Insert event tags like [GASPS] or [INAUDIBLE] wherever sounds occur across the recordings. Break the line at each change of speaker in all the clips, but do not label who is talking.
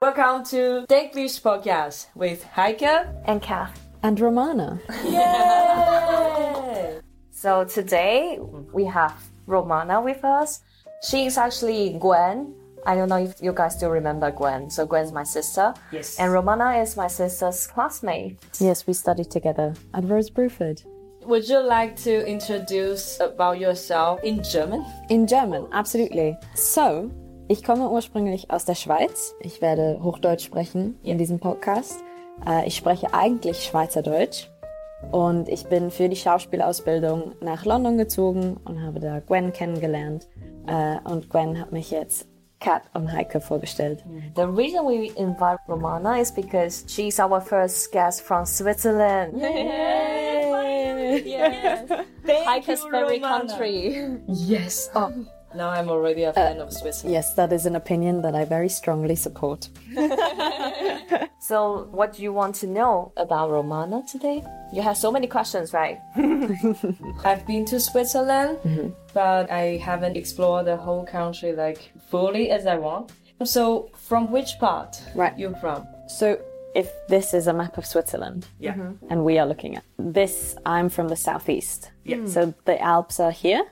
Welcome to Denglish Podcast with Heike.
and Kath.
And Romana.
So today we have Romana with us. She is actually Gwen. I don't know if you guys still remember Gwen. So Gwen's my sister.
Yes.
And Romana is my sister's classmate.
Yes, we studied together at Rose Bruford.
Would you like to introduce about yourself in German?
In German, absolutely. So, ich komme ursprünglich aus der Schweiz. Ich werde Hochdeutsch sprechen in diesem Podcast. Äh, Ich spreche eigentlich Schweizerdeutsch. Und ich bin für die Schauspielausbildung nach London gezogen und habe da Gwen kennengelernt. Äh, Und Gwen hat mich jetzt Kat und Heike vorgestellt.
The reason we invite Romana is because she's our first guest from Switzerland. Highest very country.
Yes. Oh. Now I'm already a fan of Switzerland.
Yes, that is an opinion that I very strongly support.
So what do you want to know about Romana today? You have so many questions, right?
I've been to Switzerland, but I haven't explored the whole country like fully as I want. So, from which part
Right.
you from?
So, if this is a map of Switzerland,
Yeah.
and we are looking at this, I'm from the southeast.
Yeah. Mm.
So the Alps are here,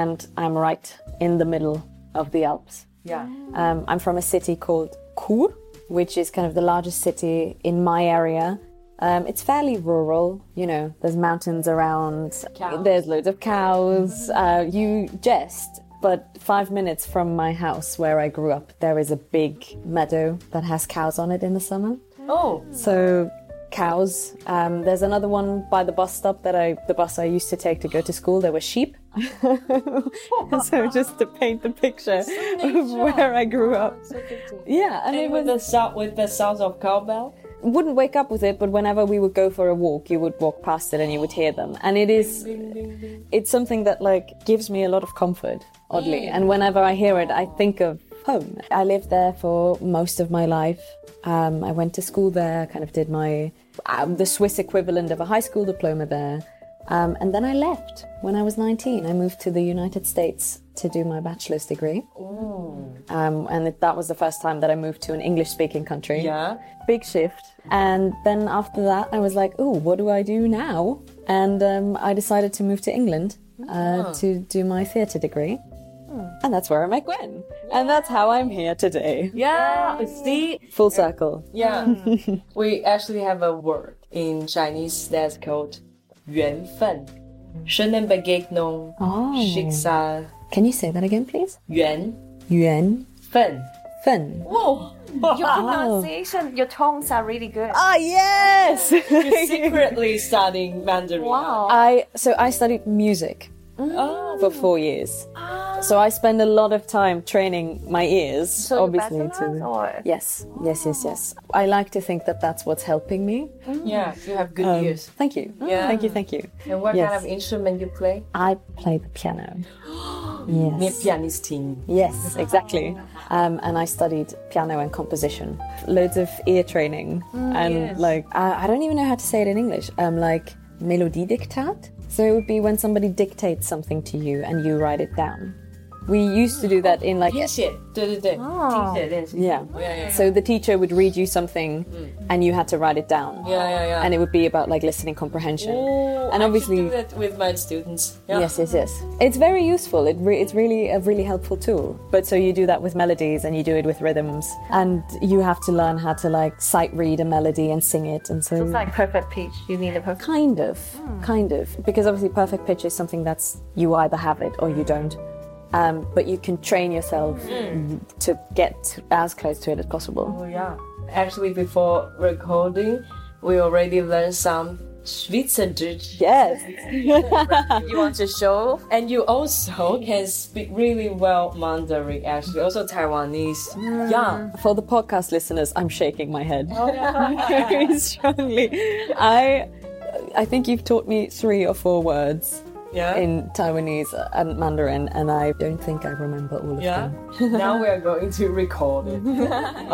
and I'm right in the middle of the Alps.
Yeah.
Um, I'm from a city called Chur, which is kind of the largest city in my area. Um, it's fairly rural, you know, there's mountains around,
Cows.
there's loads of cows. Uh, you jest, but five minutes from my house where I grew up, there is a big meadow that has cows on it in the summer.
Oh,
So cows. Um, there's another one by the bus stop that I, the bus I used to take to go to school. There were sheep. [LAUGHS] so just to paint the picture of where I grew up. Yeah, and it
with
was,
the sound with the sounds of cowbell.
wouldn't wake up with it, but whenever we would go for a walk, you would walk past it and you would hear them. And it is, it's something that like gives me a lot of comfort, oddly. And whenever I hear it, I think of home. I lived there for most of my life. Um, I went to school there, kind of did my um, the Swiss equivalent of a high school diploma there. Um, and then I left when I was 19. I moved to the United States to do my bachelor's degree. Um, and it, that was the first time that I moved to an English speaking country
Yeah.
big shift. And then after that, I was like, "Oh, what do I do now?" And um, I decided to move to England uh, to do my theatre degree, and that's where I met Gwen, and that's how I'm here today.
Yeah. See,
Full circle. [LAUGHS]
Yeah. we actually have a word in Chinese that's called 缘分. Schöne Begegnung,
Oh.
Schicksal,
Can you say that again, please?
缘分.
Yuan Fen.
Whoa!
Your
[LAUGHS]
pronunciation, your tones are really good.
Ah, [LAUGHS] yes.
Secretly studying Mandarin.
Wow.
I so I studied music
Oh,
for four years, so I spend a lot of time training my ears,
So your
obviously.
bachelor's
To
or-
yes, yes, yes, yes. I like to think that that's what's helping me.
yeah, you have good
Um,
ears.
Thank you.
Yeah.
Thank you. Thank you.
And what
yes.
kind of instrument you play?
I play the
[GASPS]
piano.
Me
yes.
pianistin.
Yes, exactly. Um, and I studied piano and composition. Loads of ear training. and
Mm, yes.
like, I, I don't even know how to say it in English. Um, like, melodiediktat. So it would be when somebody dictates something to you and you write it down. We used to do that in like.
听写，对对对，听写练习。
Ah. Yeah.
yeah, Mm. yeah.
So the teacher would read you something and you had to write it down.
Yeah, yeah, yeah.
And it would be about like listening comprehension.
Oh,
and
I should
obviously.
do that with my students. Yeah.
Yes, yes, yes. It's very useful. It re- it's really a really helpful tool. But so you do that with melodies and you do it with rhythms, and you have to learn how to like sight read a melody and sing it, and so,
It's like perfect pitch. You need a perfect.
kind of,
Hmm.
kind of, because obviously perfect pitch is something that's you either have it or you don't. Um, but you can train yourself
Hmm.
to get as close to it as possible.
Oh yeah. Actually, before recording, we already learned some Schweizerdeutsch.
Yes.
You want to show?
And you also can speak really well Mandarin, actually, also Taiwanese.
Mm-hmm.
Yeah.
For the podcast listeners, I'm shaking my head very [LAUGHS] strongly. I, I think you've taught me three or four words
[LAUGHS] Yeah.
in Taiwanese and Mandarin, and I don't think I remember all of
yeah.
them.
now we are going to record it.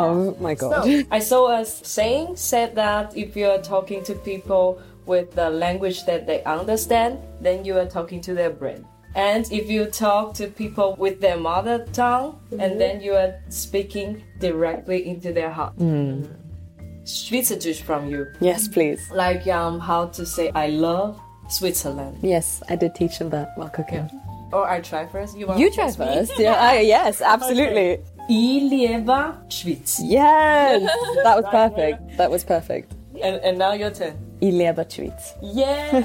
Oh my god! [LAUGHS]
So, I saw a saying said that if you are talking to people with the language that they understand, then you are talking to their brain. And if you talk to people with their mother tongue, and then you are speaking directly into their heart.
Mm.
Schweizerdeutsch from you.
Yes, please.
Like um, how to say I love Switzerland.
Yes, I did teach him that while cooking.
Or I try first. You want
You
to
try
ask me?
first. Yeah, I, [LAUGHS] yes, absolutely.
Ich liebe Schweiz.
[LAUGHS] Yes, that was perfect. That was perfect.
And, and now your turn.
Ich liebe die Schweiz. [LAUGHS]
Yeah.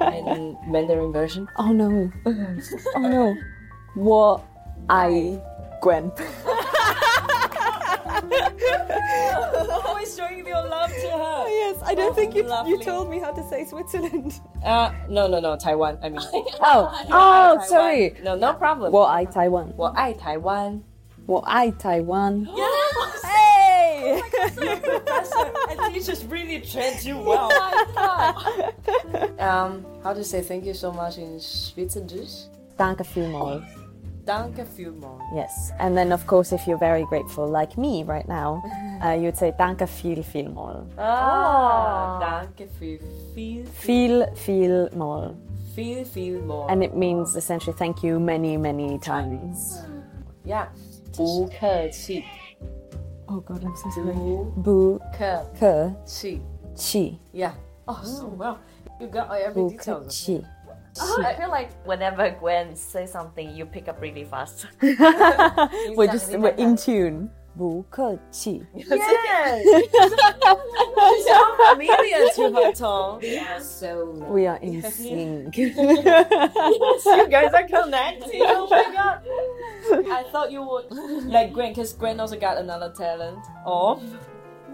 and Mandarin version.
Oh no. Oh no. What I Gwen.
[LAUGHS] Always showing your love to her.
Oh, yes, I don't think
you- you lovely. told
me how to say Switzerland.
Uh, no, no, no, Taiwan. [LAUGHS] I mean,
Oh, [LAUGHS] oh,
Taiwan.
sorry.
No, no problem.
What I Taiwan.
我爱 Taiwan.
What I Taiwan.
Yes,
[GASPS] [LAUGHS] Hey!
[LAUGHS] professor. And teachers really trained you well. Oh
[LAUGHS]
um, how to say thank you so much in Schweizerdeutsch?
Danke vielmals.
Danke vielmals.
Yes, and then of course, if you're very grateful, like me right [LAUGHS] now, uh, you'd say Danke viel vielmal.
Ah, danke viel, viel,
Viel vielmal.
viel, viel more.
And it means essentially thank you many, many times.
yeah. 不客气.
Oh god, I'm so
sorry.
Bu
Ke
ke
chi.
chi.
Yeah. Oh, so
Mm.
well. You got every
Bu
detail.
ke chi.
Oh,
[LAUGHS]
I feel like whenever Gwen says something, you pick up really [LAUGHS] fast.
We're just we're in tune. Bu ke [LAUGHS] chi.
[LAUGHS]
Yes. so familiar to [LAUGHS] her tongue. Yeah, [LAUGHS] so
We are in
[LAUGHS]
sync. [LAUGHS]
you guys are connecting. Oh my god! I thought you would like Gwen, because Gwen also got another talent of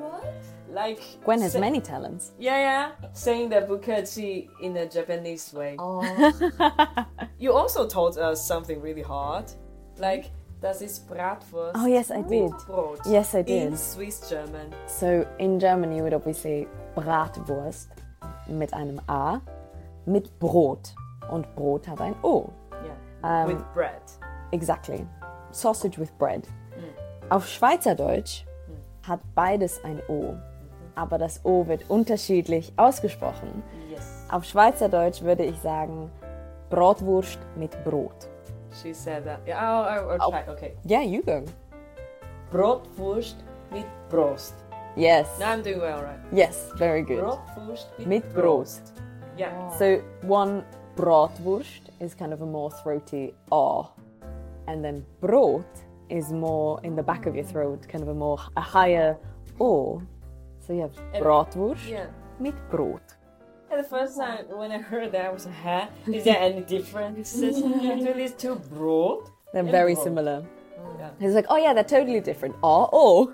What?
like
Gwen has
sa-
many talents.
yeah yeah saying the bukkake in a Japanese way.
[LAUGHS]
You also told us something really hard, like das ist Bratwurst.
Oh, yes, I did.
Brot.
Yes, I
In
did.
Swiss German.
So in German, you would obviously Bratwurst mit einem A, mit Brot. Und Brot hat ein O.
Yeah.
Um,
With bread.
Exactly. Sausage with bread.
Mm.
Auf Schweizerdeutsch hat beides ein
Mhm.
O, aber das O wird unterschiedlich ausgesprochen.
Yes.
Auf Schweizerdeutsch würde ich sagen Bratwurst mit Brot.
She said that. Yeah, I'll, I'll, I'll
Oh.
try. Okay.
Yeah, you go.
Bratwurst mit Brust.
Yes.
Now I'm doing well, right?
Yes, very good.
Bratwurst mit,
Mit Brust.
Yeah.
So one Bratwurst is kind of a more throaty R, and then Brot is more in the back of your throat, kind of a more a higher O. So you have Bratwurst.
Yeah.
mit Brot.
And the first time when I heard that, I was like, huh? Is there any difference between these two broad?
They're
And
very
brot.
similar.
Yeah.
He's like, oh yeah, they're totally different. Oh, oh.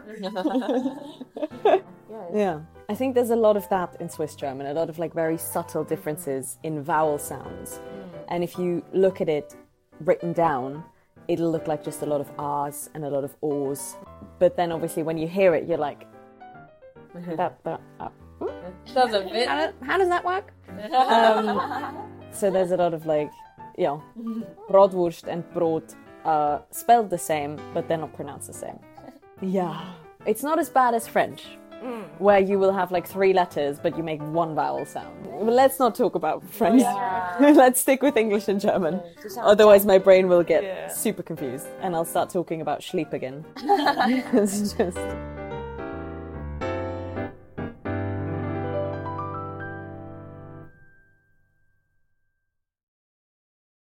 yeah. I think there's a lot of that in Swiss German, a lot of like very subtle differences in vowel sounds. And if you look at it written down, it'll look like just a lot of R's and a lot of O's. But then obviously when you hear it, you're like, that, that, uh,
Doesn't fit.
how, how does that work? um, [LAUGHS] so there's a lot of like, you [LAUGHS] know, bratwurst and brot are spelled the same, but they're not pronounced the same. Yeah. Mm. It's not as bad as French, where you will have like three letters, but you make one vowel sound. Well, let's not talk about French. [LAUGHS] let's stick with English and German. Otherwise, my brain [LAUGHS] will get super confused and I'll start talking about sleep again. it's just.